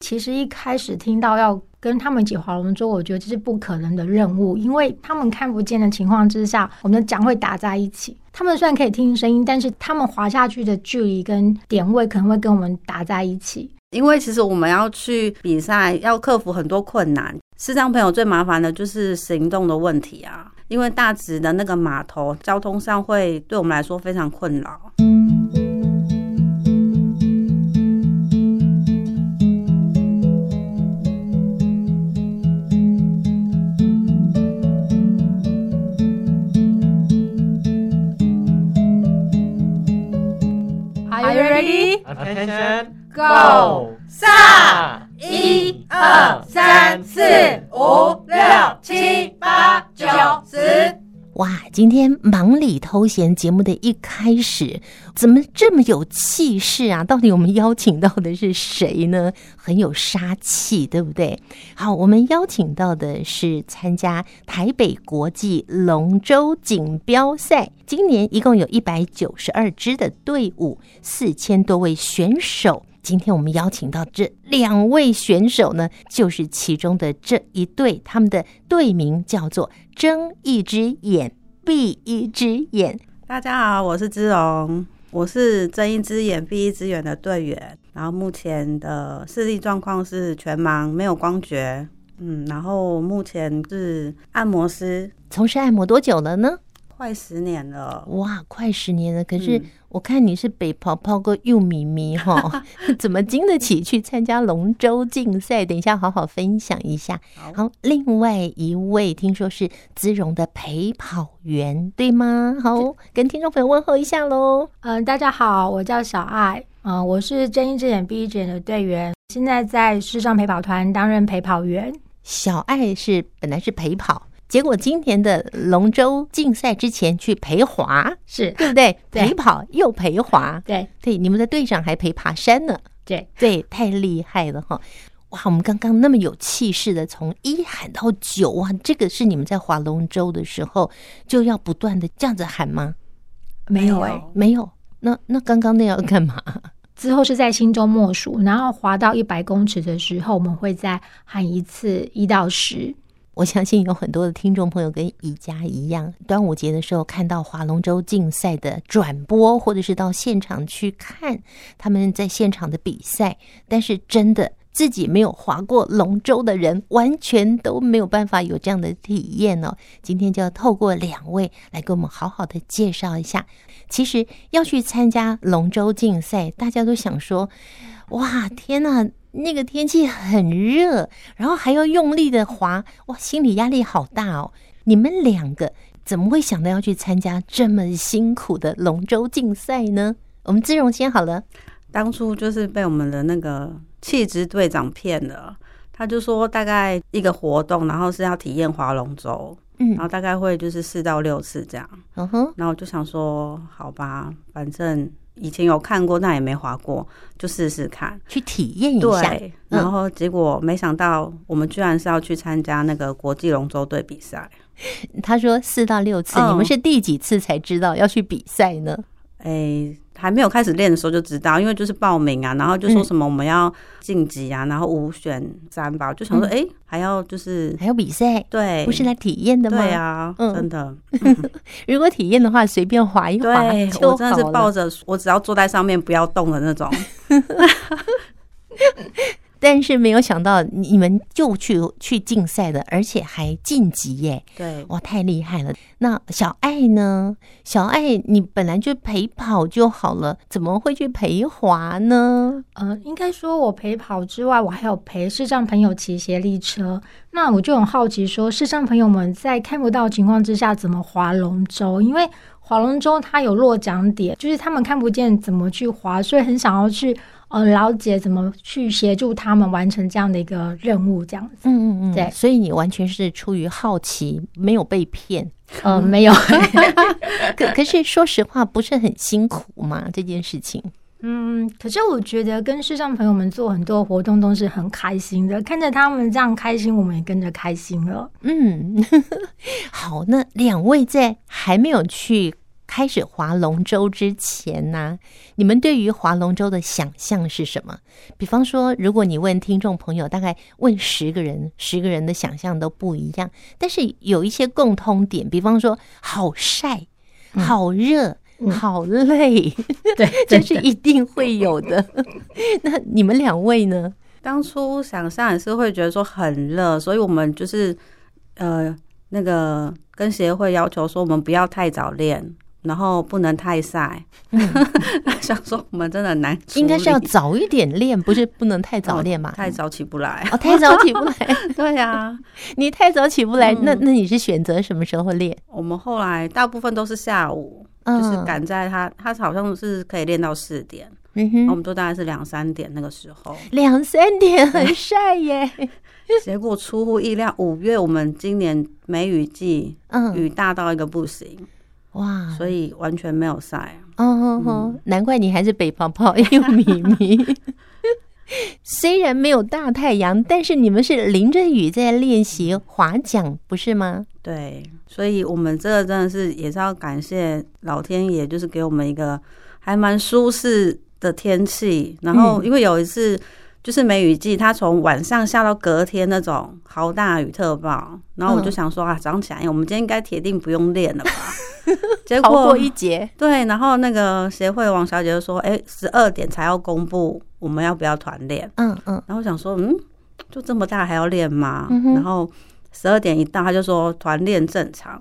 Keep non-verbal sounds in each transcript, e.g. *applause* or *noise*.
其实一开始听到要跟他们一起划龙舟，我觉得这是不可能的任务，因为他们看不见的情况之下，我们的桨会打在一起。他们虽然可以听声音，但是他们滑下去的距离跟点位可能会跟我们打在一起。因为其实我们要去比赛，要克服很多困难。视障朋友最麻烦的就是行动的问题啊，因为大直的那个码头交通上会对我们来说非常困扰。 Are you ready? Attention, Go！上一二三四五六七八九十。哇，今天忙里偷闲节目的一开始，怎么这么有气势啊？到底我们邀请到的是谁呢？很有杀气，对不对？好，我们邀请到的是参加台北国际龙舟锦标赛，今年一共有一百九十二支的队伍，四千多位选手。今天我们邀请到这两位选手呢，就是其中的这一对，他们的队名叫做“睁一只眼闭一只眼大家好，我是芝荣，我是睁一只眼闭一只眼的队员，然后目前的视力状况是全盲，没有光觉。嗯，然后目前是按摩师，”。从事按摩多久了呢？快十年了。哇，快十年了。可是嗯我看你是北跑跑过又咪咪哈，怎么经得起去参加龙舟竞赛？等一下好好分享一下。好好，另外一位听说是资荣的陪跑员，对吗？好，跟听众朋友问候一下喽。嗯、大家好，我叫小爱，嗯、我是睁一只眼闭一只眼的队员，现在在视障陪跑团担任陪跑员。小爱是本来是陪跑，结果今年的龙舟竞赛之前去陪滑， *laughs* 是对不对？对陪跑又陪滑，对对，你们的队长还陪爬山呢，对，对，太厉害了哈！哇，我们刚刚那么有气势的从一喊到九，哇，这个是你们在划龙舟的时候就要不断的这样子喊吗？没有哎、没有，那那刚刚那要干嘛？之后是在心中默数，然后滑到一百公尺的时候，我们会再喊一次一到十。我相信有很多的听众朋友跟宜家一样，端午节的时候看到划龙舟竞赛的转播，或者是到现场去看他们在现场的比赛，但是真的自己没有划过龙舟的人，完全都没有办法有这样的体验哦。今天就要透过两位来给我们好好的介绍一下。其实要去参加龙舟竞赛，大家都想说，哇，天呐，那个天气很热，然后还要用力的滑，哇，心理压力好大哦。你们两个怎么会想到要去参加这么辛苦的龙舟竞赛呢？我们姿荣先好了，当初就是被我们的那个气质队长骗了，他就说大概一个活动，然后是要体验划龙舟，嗯然，后大概会就是四到六次这样。嗯哼，然后我就想说，好吧，反正以前有看过，但也没划过，就试试看。去体验一下，对，然后结果没想到，我们居然是要去参加那个国际龙舟队比赛。他说四到六次，嗯你们是第几次才知道要去比赛呢？诶，哎还没有开始练的时候就知道，因为就是报名啊，然后就嗯说什么我们要晋级啊，然后五选三吧，我就想说，诶，还要就是还有比赛，对，嗯不是来体验的吗？对啊，嗯真的，如果体验的话，随便滑一滑对就我真的是好了抱着我只要坐在上面不要动的那 *laughs* 种，但是没有想到你们就去去竞赛了，而且还晋级耶！对，哇，太厉害了！那小爱呢？小爱，你本来就陪跑就好了，怎么会去陪滑呢？呃，应该说我陪跑之外，我还有陪视障朋友骑斜力车。那我就很好奇说视障朋友们在看不到的情况之下怎么划龙舟？因为划龙舟它有落桨点，就是他们看不见怎么去划，所以很想要去呃了解怎么去协助他们完成这样的一个任务，这样子。嗯嗯嗯，对所以你完全是出于好奇，没有被骗。嗯呃，没有， *laughs* 可可是说实话，不是很辛苦吗？这件事情，嗯，可是我觉得跟视障朋友们做很多活动都是很开心的，看着他们这样开心，我们也跟着开心了。 *laughs* 嗯，好，那两位在还没有去开始划龙舟之前呢、你们对于划龙舟的想象是什么？比方说，如果你问听众朋友，大概问十个人，十个人的想象都不一样，但是有一些共通点，比方说好晒、嗯好热、嗯好 *laughs* 累， *laughs* 对，这真是的一定会有的。 *laughs* 那你们两位呢？当初想象也是会觉得说很热，所以我们就是呃那个跟协会要求说我们不要太早练，然后不能太晒。那 *laughs* 想说我们真的很难处理，嗯应该是要早啊一点练，不是不能太早练嘛？太早起不来。哦，太早起不来， *laughs* 对啊，你太早起不来，那那你是选择什么时候练？我们后来大部分都是下午，嗯，就是赶在他他好像是可以练到四点，嗯然后我哼，们都大概是两三点那个时候。两三点很晒耶，结果出乎意料，五月我们今年梅雨季 *laughs* 嗯，雨大到一个不行，哇，所以完全没有晒。哦，哦难怪你还是北泡泡又米 *laughs* 米。虽然没有大太阳，但是你们是淋着雨在练习划桨，不是吗？对，所以我们这个真的是也是要感谢老天爷，就是给我们一个还蛮舒适的天气。然后嗯因为有一次就是梅雨季，它从晚上下到隔天那种豪大雨特报，然后我就嗯想说啊，早上起来我们今天应该铁定不用练了 *laughs* 吧？结逃果过一劫，对，然后那个协会王小姐就说：“哎，十二点才要公布我们要不要团练。”嗯嗯，然后我想说，嗯，就这么大还要练吗？嗯哼然后十二点一到，他就说团练正常。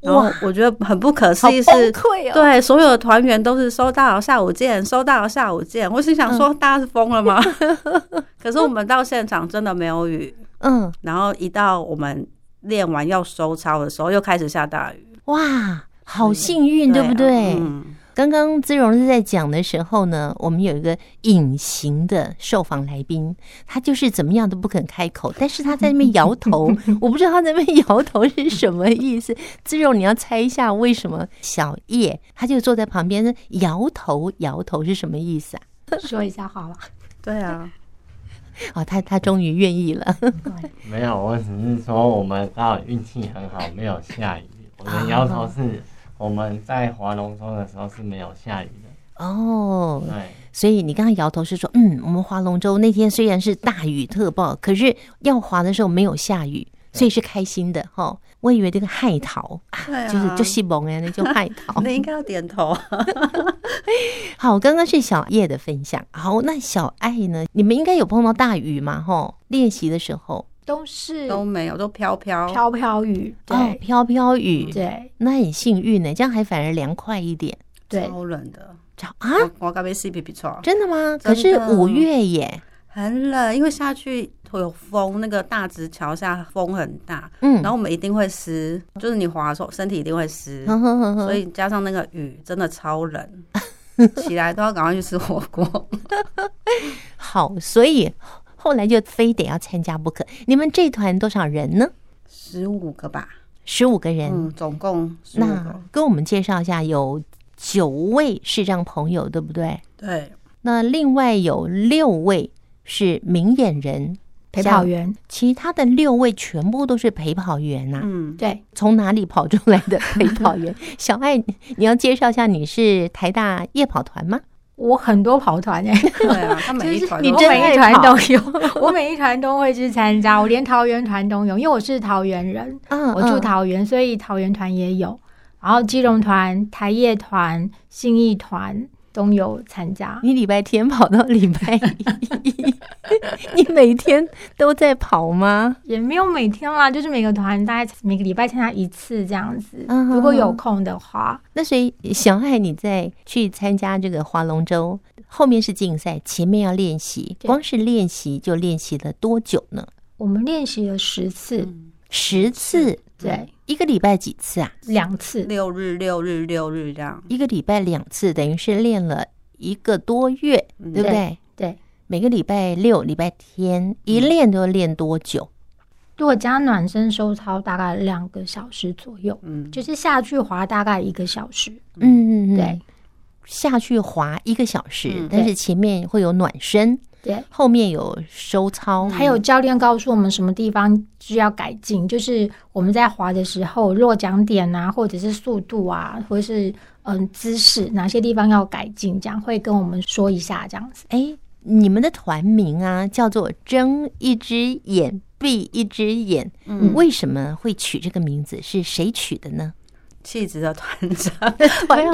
然后哇我觉得很不可思好议崩是，溃哦！对所有的团员都是收到下午见，收到下午见。我心想说，嗯大家是疯了吗？ *laughs* 可是我们到现场真的没有雨，嗯，然后一到我们练完要收操的时候，又开始下大雨，哇，好幸运，对啊不对？嗯，刚刚姿荣是在讲的时候呢，我们有一个隐形的受访来宾，他就是怎么样都不肯开口，但是他在那边摇头，我不知道他在那边摇头是什么意思。姿荣，你要猜一下为什么小叶他就坐在旁边摇头摇头是什么意思啊？说一下好了。对啊，哦，他他终于愿意了，没有，我只是说我们刚好运气很好，没有下雨。我啊的摇头是我们在划龙舟的时候是没有下雨的。哦，对，所以你刚刚摇头是说，嗯，我们划龙舟那天虽然是大雨特报，可是要划的时候没有下雨，所以是开心的哈、哦。我以为这个害桃啊，对啊。就是就西蒙哎，那就害桃 *laughs* 你应该要点头。好，刚刚是小叶的分享。好，那小爱呢？你们应该有碰到大雨嘛？哈、练习的时候都是都没有，都飘飘。飘飘雨，哦，对飘飘雨，对那很幸运呢，这样还反而凉快一点。对，超冷的。找啊，我我刚被 C P P 错。真的吗？可真是的五月耶，很冷，因为下去会有风，那个大直桥下风很大，嗯然，后我们一定会湿，就是你滑的时候身体一定会湿，呵呵呵呵所以加上那个雨真的超 *laughs* 冷，起来都要赶快去吃火锅。好，所以后来就非得要参加不可。你们这团多少人呢？十五个吧，十五个人。嗯，总共十五那个，跟我们介绍一下，有九位视障朋友，对不对？对，那另外有六位是明眼人，陪跑员，其他的六位全部都是陪跑员呐、嗯，对从哪里跑出来的陪 *laughs* 跑员？小爱，你要介绍一下，你是台大夜跑团吗？我很多跑团哎、对啊，他每一团你都我真每爱一团跑都有， *laughs* 我每一团都会去参加，我连桃园团都有，因为我是桃园人，嗯我住嗯桃园，所以桃园团也有，然后基隆团、台业团、信义团都有参加。你礼拜天跑到礼拜一， *laughs* 你每天都在跑吗？也没有每天啦，就是每个团大概每个礼拜参加一次这样子，嗯如果有嗯嗯空的话。那所以小爱，你在去参加这个划龙舟，后面是竞赛，前面要练习，对光是练习就练习了多久呢？我们练习了十嗯次，十次，对，一个礼拜几次啊？两次，六日六日六日这样，一个礼拜两次，等于是练了一个多月，嗯对不对？嗯对。每个礼拜六、礼拜天一练都要练多久？如果加暖身收操，大概两个小时左右，嗯，就是下去滑大概一个小时。嗯，嗯嗯对，下去滑一个小时，嗯但是前面会有暖身，对，后面有收操，还有教练告诉我们什么地方需要改进，就是我们在滑的时候落桨点啊，或者是速度啊，或者是嗯姿势哪些地方要改进，这样会跟我们说一下这 *laughs* 样子。哎，你们的团名啊叫做“睁一只眼闭一只眼”，嗯，为什么会取这个名字？是谁取的呢？气质的团长，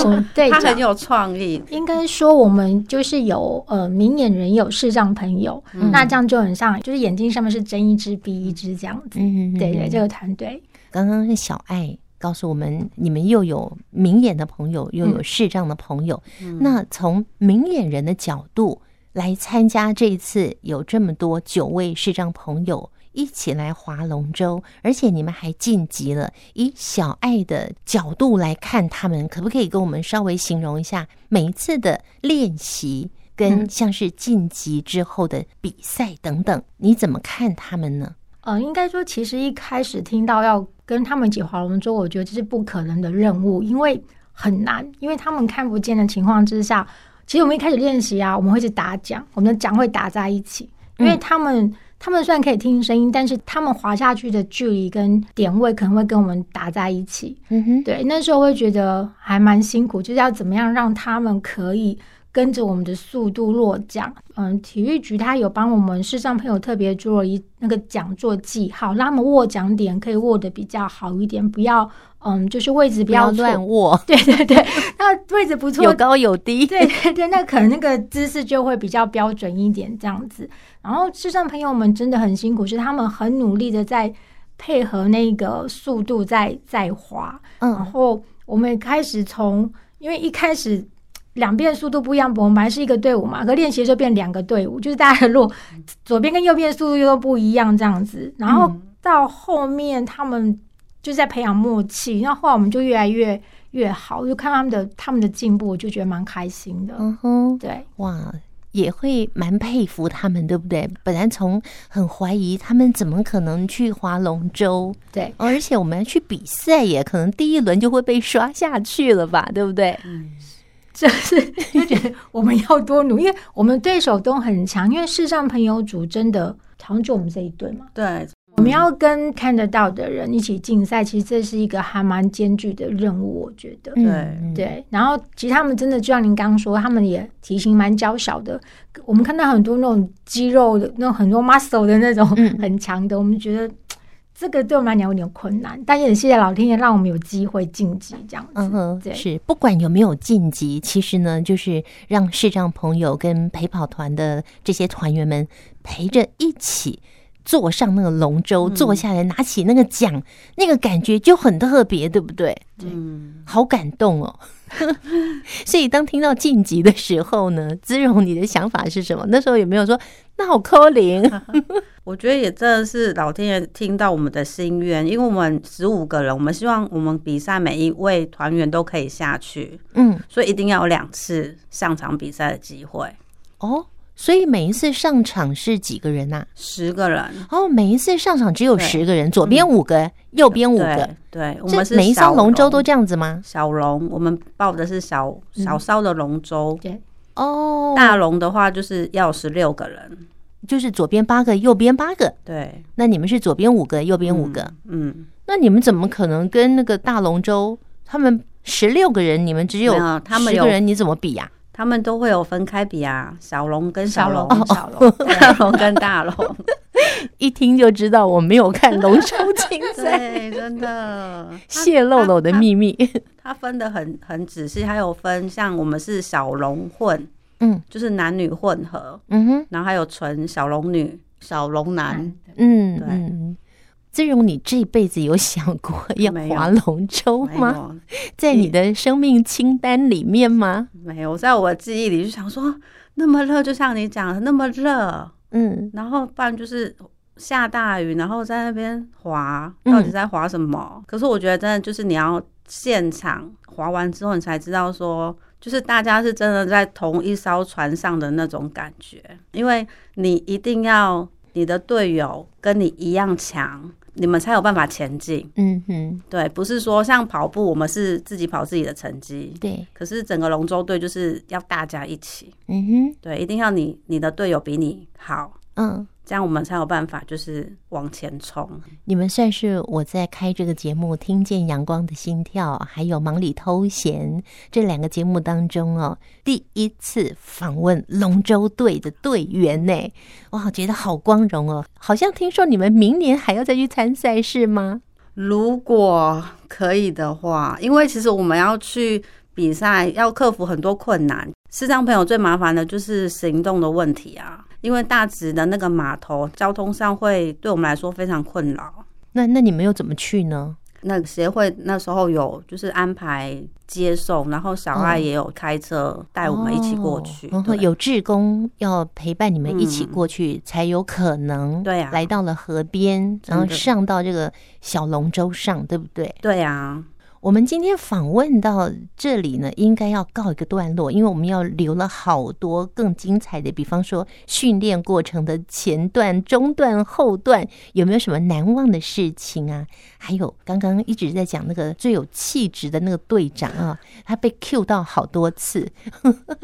嗯对，他这样很有创意。应该说，我们就是有呃明眼人有视障朋友，那这样就很像，就是眼睛上面是睁一只闭一只这样子。嗯对对，这个团队刚刚是小爱告诉我们，你们又有明眼的嗯朋友，又有视障的朋友。嗯那从明眼人的角度来参加这一次，有这么多九位视障朋友一起来划龙舟，而且你们还晋级了。以小爱的角度来看，他们可不可以跟我们稍微形容一下每一次的练习？跟嗯像是晋级之后的比赛等等，你怎么看他们呢？呃，应该说，其实一开始听到要跟他们一起划龙舟，我觉得这是不可能的任务，因为很难，因为他们看不见的情况之下，其实我们一开始练习啊，我们会去打桨，我们的桨会打在一起，因为他们、他们虽然可以听声音，但是他们滑下去的距离跟点位可能会跟我们打在一起，嗯哼，对，那时候会觉得还蛮辛苦，就是要怎么样让他们可以跟着我们的速度落桨。嗯，体育局他有帮我们视障朋友特别做了一那个桨做记号，让他们握桨点可以握得比较好一点，不要嗯，就是位置不不要要错乱。握，对对 *laughs* 对，那位置不错有，高有低。对对对，那可能那个姿势就会比较标准一点这样子。然后视障朋友们真的很辛苦，是他们很努力的在配合那个速度在在滑。然嗯，后我们开始从，因为一开始两边速度不一样，我们本来是一个队伍嘛，可练习的时候变两个队伍，就是大家的路左边跟右边的速度又都不一样这样子。然后到后面他们就在培养默契，然后后来我们就越来越越好，就看他们的他们的进步，我就觉得蛮开心的。嗯哼，对，哇，也会蛮佩服他们，对不对？本来从很怀疑他们怎么可能去划龙舟，对 *laughs* 哦而且我们要去比赛耶，可能第一轮就会被刷下去了吧，对不对？这是就觉得我们要多努力，因为我们对手都很强，因为视障朋友组真的好像就我们这一队嘛。对，我们要跟看得到的人一起竞赛，其实这是一个还蛮艰巨的任务，我觉得。嗯对嗯对，然后其实他们真的就像您刚刚说，他们也体型蛮娇小的。我们看到很多那种肌肉的、那种很多 muscle 的那种嗯 *laughs* 很强的，我们觉得嘖这个对我们来讲有点困难。但也谢谢老天爷，让我们有机会晋级这样子。嗯哼，对，是不管有没有晋级，其实呢，就是让视障朋友跟陪跑团的这些团员们陪着一起坐上那个龙舟，嗯坐下来拿起那个桨，那个感觉就很特别，对不对？嗯，好感动哦！ *laughs* 所以当听到晋级的时候呢，姿荣，你的想法是什么？那时候有没有说那好扣零？啊我觉得也真的是老天爷听到我们的心愿，因为我们十五个人，我们希望我们比赛每一位团员都可以下去，嗯，所以一定要有两次上场比赛的机会，哦，所以每一次上场是几个人呐、十个人。哦，每一次上场只有对十个人，左边五个，右边五个对。，对，我这们是每一艘小龙舟都这样子吗？小龙，我们报的是小小艘的龙舟，哦，大龙的话就是要十六个人。就是左边八个，右边八个。对，那你们是左边五个，右边五个。嗯，那你们怎么可能跟那个大龙舟他们十六个人，你们只有没有他们十有个人，你怎么比啊呀、他们都会有分开比啊，小龙跟小小龙龙，，小哦龙，大龙跟大龙。一听就知道我没有看龙舟竞 *laughs* 赛，对，真 *laughs* 的，泄露了我的 *laughs* 秘密。它分的很很仔细，还有分像我们是小龙混，嗯就是男女混合，嗯哼，然后还有纯小龙女、小龙男，嗯对嗯。姿荣，你这辈子有想过要没有划龙舟没哦吗？有在你的生命清单里面吗？没有，在我的记忆里就想说，那么热，就像你讲的那么热，嗯，然后不然就是下大雨，然后在那边滑，嗯到底在滑什么？可是我觉得真的就是你要现场滑完之后，你才知道说，就是大家是真的在同一艘船上的那种感觉，因为你一定要你的队友跟你一样强。你们才有办法前进。嗯哼，对，不是说像跑步，我们是自己跑自己的成绩，对，可是整个龙舟队就是要大家一起，嗯哼，对，一定要你你的队友比你好，嗯。这样我们才有办法就是往前冲。你们算是我在开这个节目《听见阳光的心跳》，还有《忙里偷闲》这两个节目当中哦，第一次访问龙舟队的队员呢，哇，我觉得好光荣哦！好像听说你们明年还要再去参赛是吗？如果可以的话，因为其实我们要去比赛，要克服很多困难。视障朋友最麻烦的就是行动的问题啊，因为大直的那个码头交通上会对我们来说非常困扰。那那你们又怎么去呢？那协会那时候有就是安排接送，然后小爱也有开车带我们一起过去。哦然后对有志工要陪伴你们一起嗯过去，才有可能对啊来到了河边，然后真的上到这个小龙舟上，对不对？对啊，我们今天访问到这里呢，应该要告一个段落，因为我们要留了好多更精彩的，比方说训练过程的前段、中段、后段，有没有什么难忘的事情啊？还有刚刚一直在讲那个最有气质的那个队长啊，他被 Q 到好多次。 *laughs*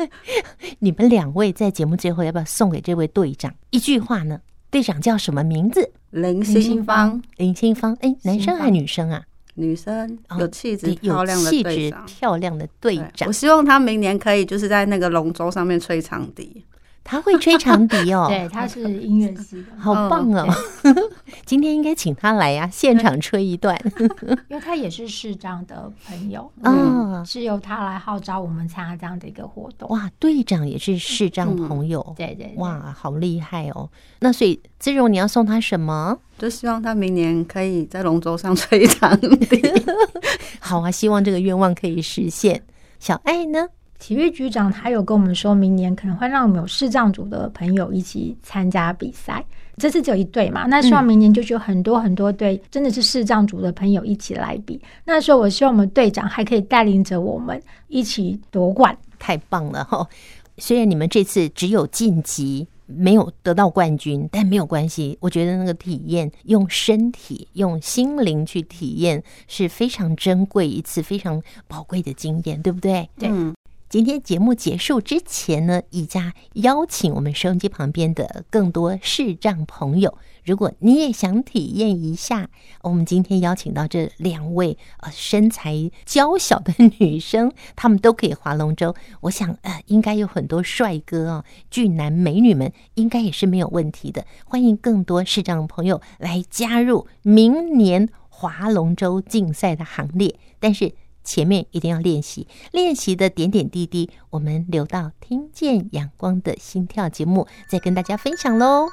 你们两位在节目最后要不要送给这位队长一句话呢？队长叫什么名字？零林心星芳，林清芳，哎，男生新还是芳女生啊？女生哦有气质对漂亮的有气队质长。漂亮的队对长我，希望她明年可以就是在那个龙舟上面吹长笛。他会吹长笛哦，对，他是音乐系的，好棒嗯哦！ *laughs* 今天应该请他来呀、啊现场吹一段因为他也是市长的朋友，啊、嗯是由他来号召我们参加这样的一个活动。哇，队长也是视障嗯朋友，对对对哇，好厉害哦！那所以姿荣，你要送他什么？就希望他明年可以在龙舟上吹一场笛。好啊，希望这个愿望可以实现。小爱呢？体育局长他有跟我们说明年可能会让我们有视障组的朋友一起参加比赛。这次只有一队嘛，那希望明年就是有很多很多队，真的是视障组的朋友一起来比。那时候我希望我们队长还可以带领着我们一起夺冠。太棒了哈、虽然你们这次只有晋级，没有得到冠军，但没有关系。我觉得那个体验，用身体、用心灵去体验，是非常珍贵一次非常宝贵的经验，对不对？对嗯，今天节目结束之前呢，宜家邀请我们收音机旁边的更多视障朋友，如果你也想体验一下，我们今天邀请到这两位呃身材娇小的女生，她们都可以划龙舟。我想呃，应该有很多帅哥哦，俊男美女们应该也是没有问题的。欢迎更多视障朋友来加入明年划龙舟竞赛的行列，但是。前面一定要练习，练习的点点滴滴，我们留到听见阳光的心跳节目再跟大家分享喽。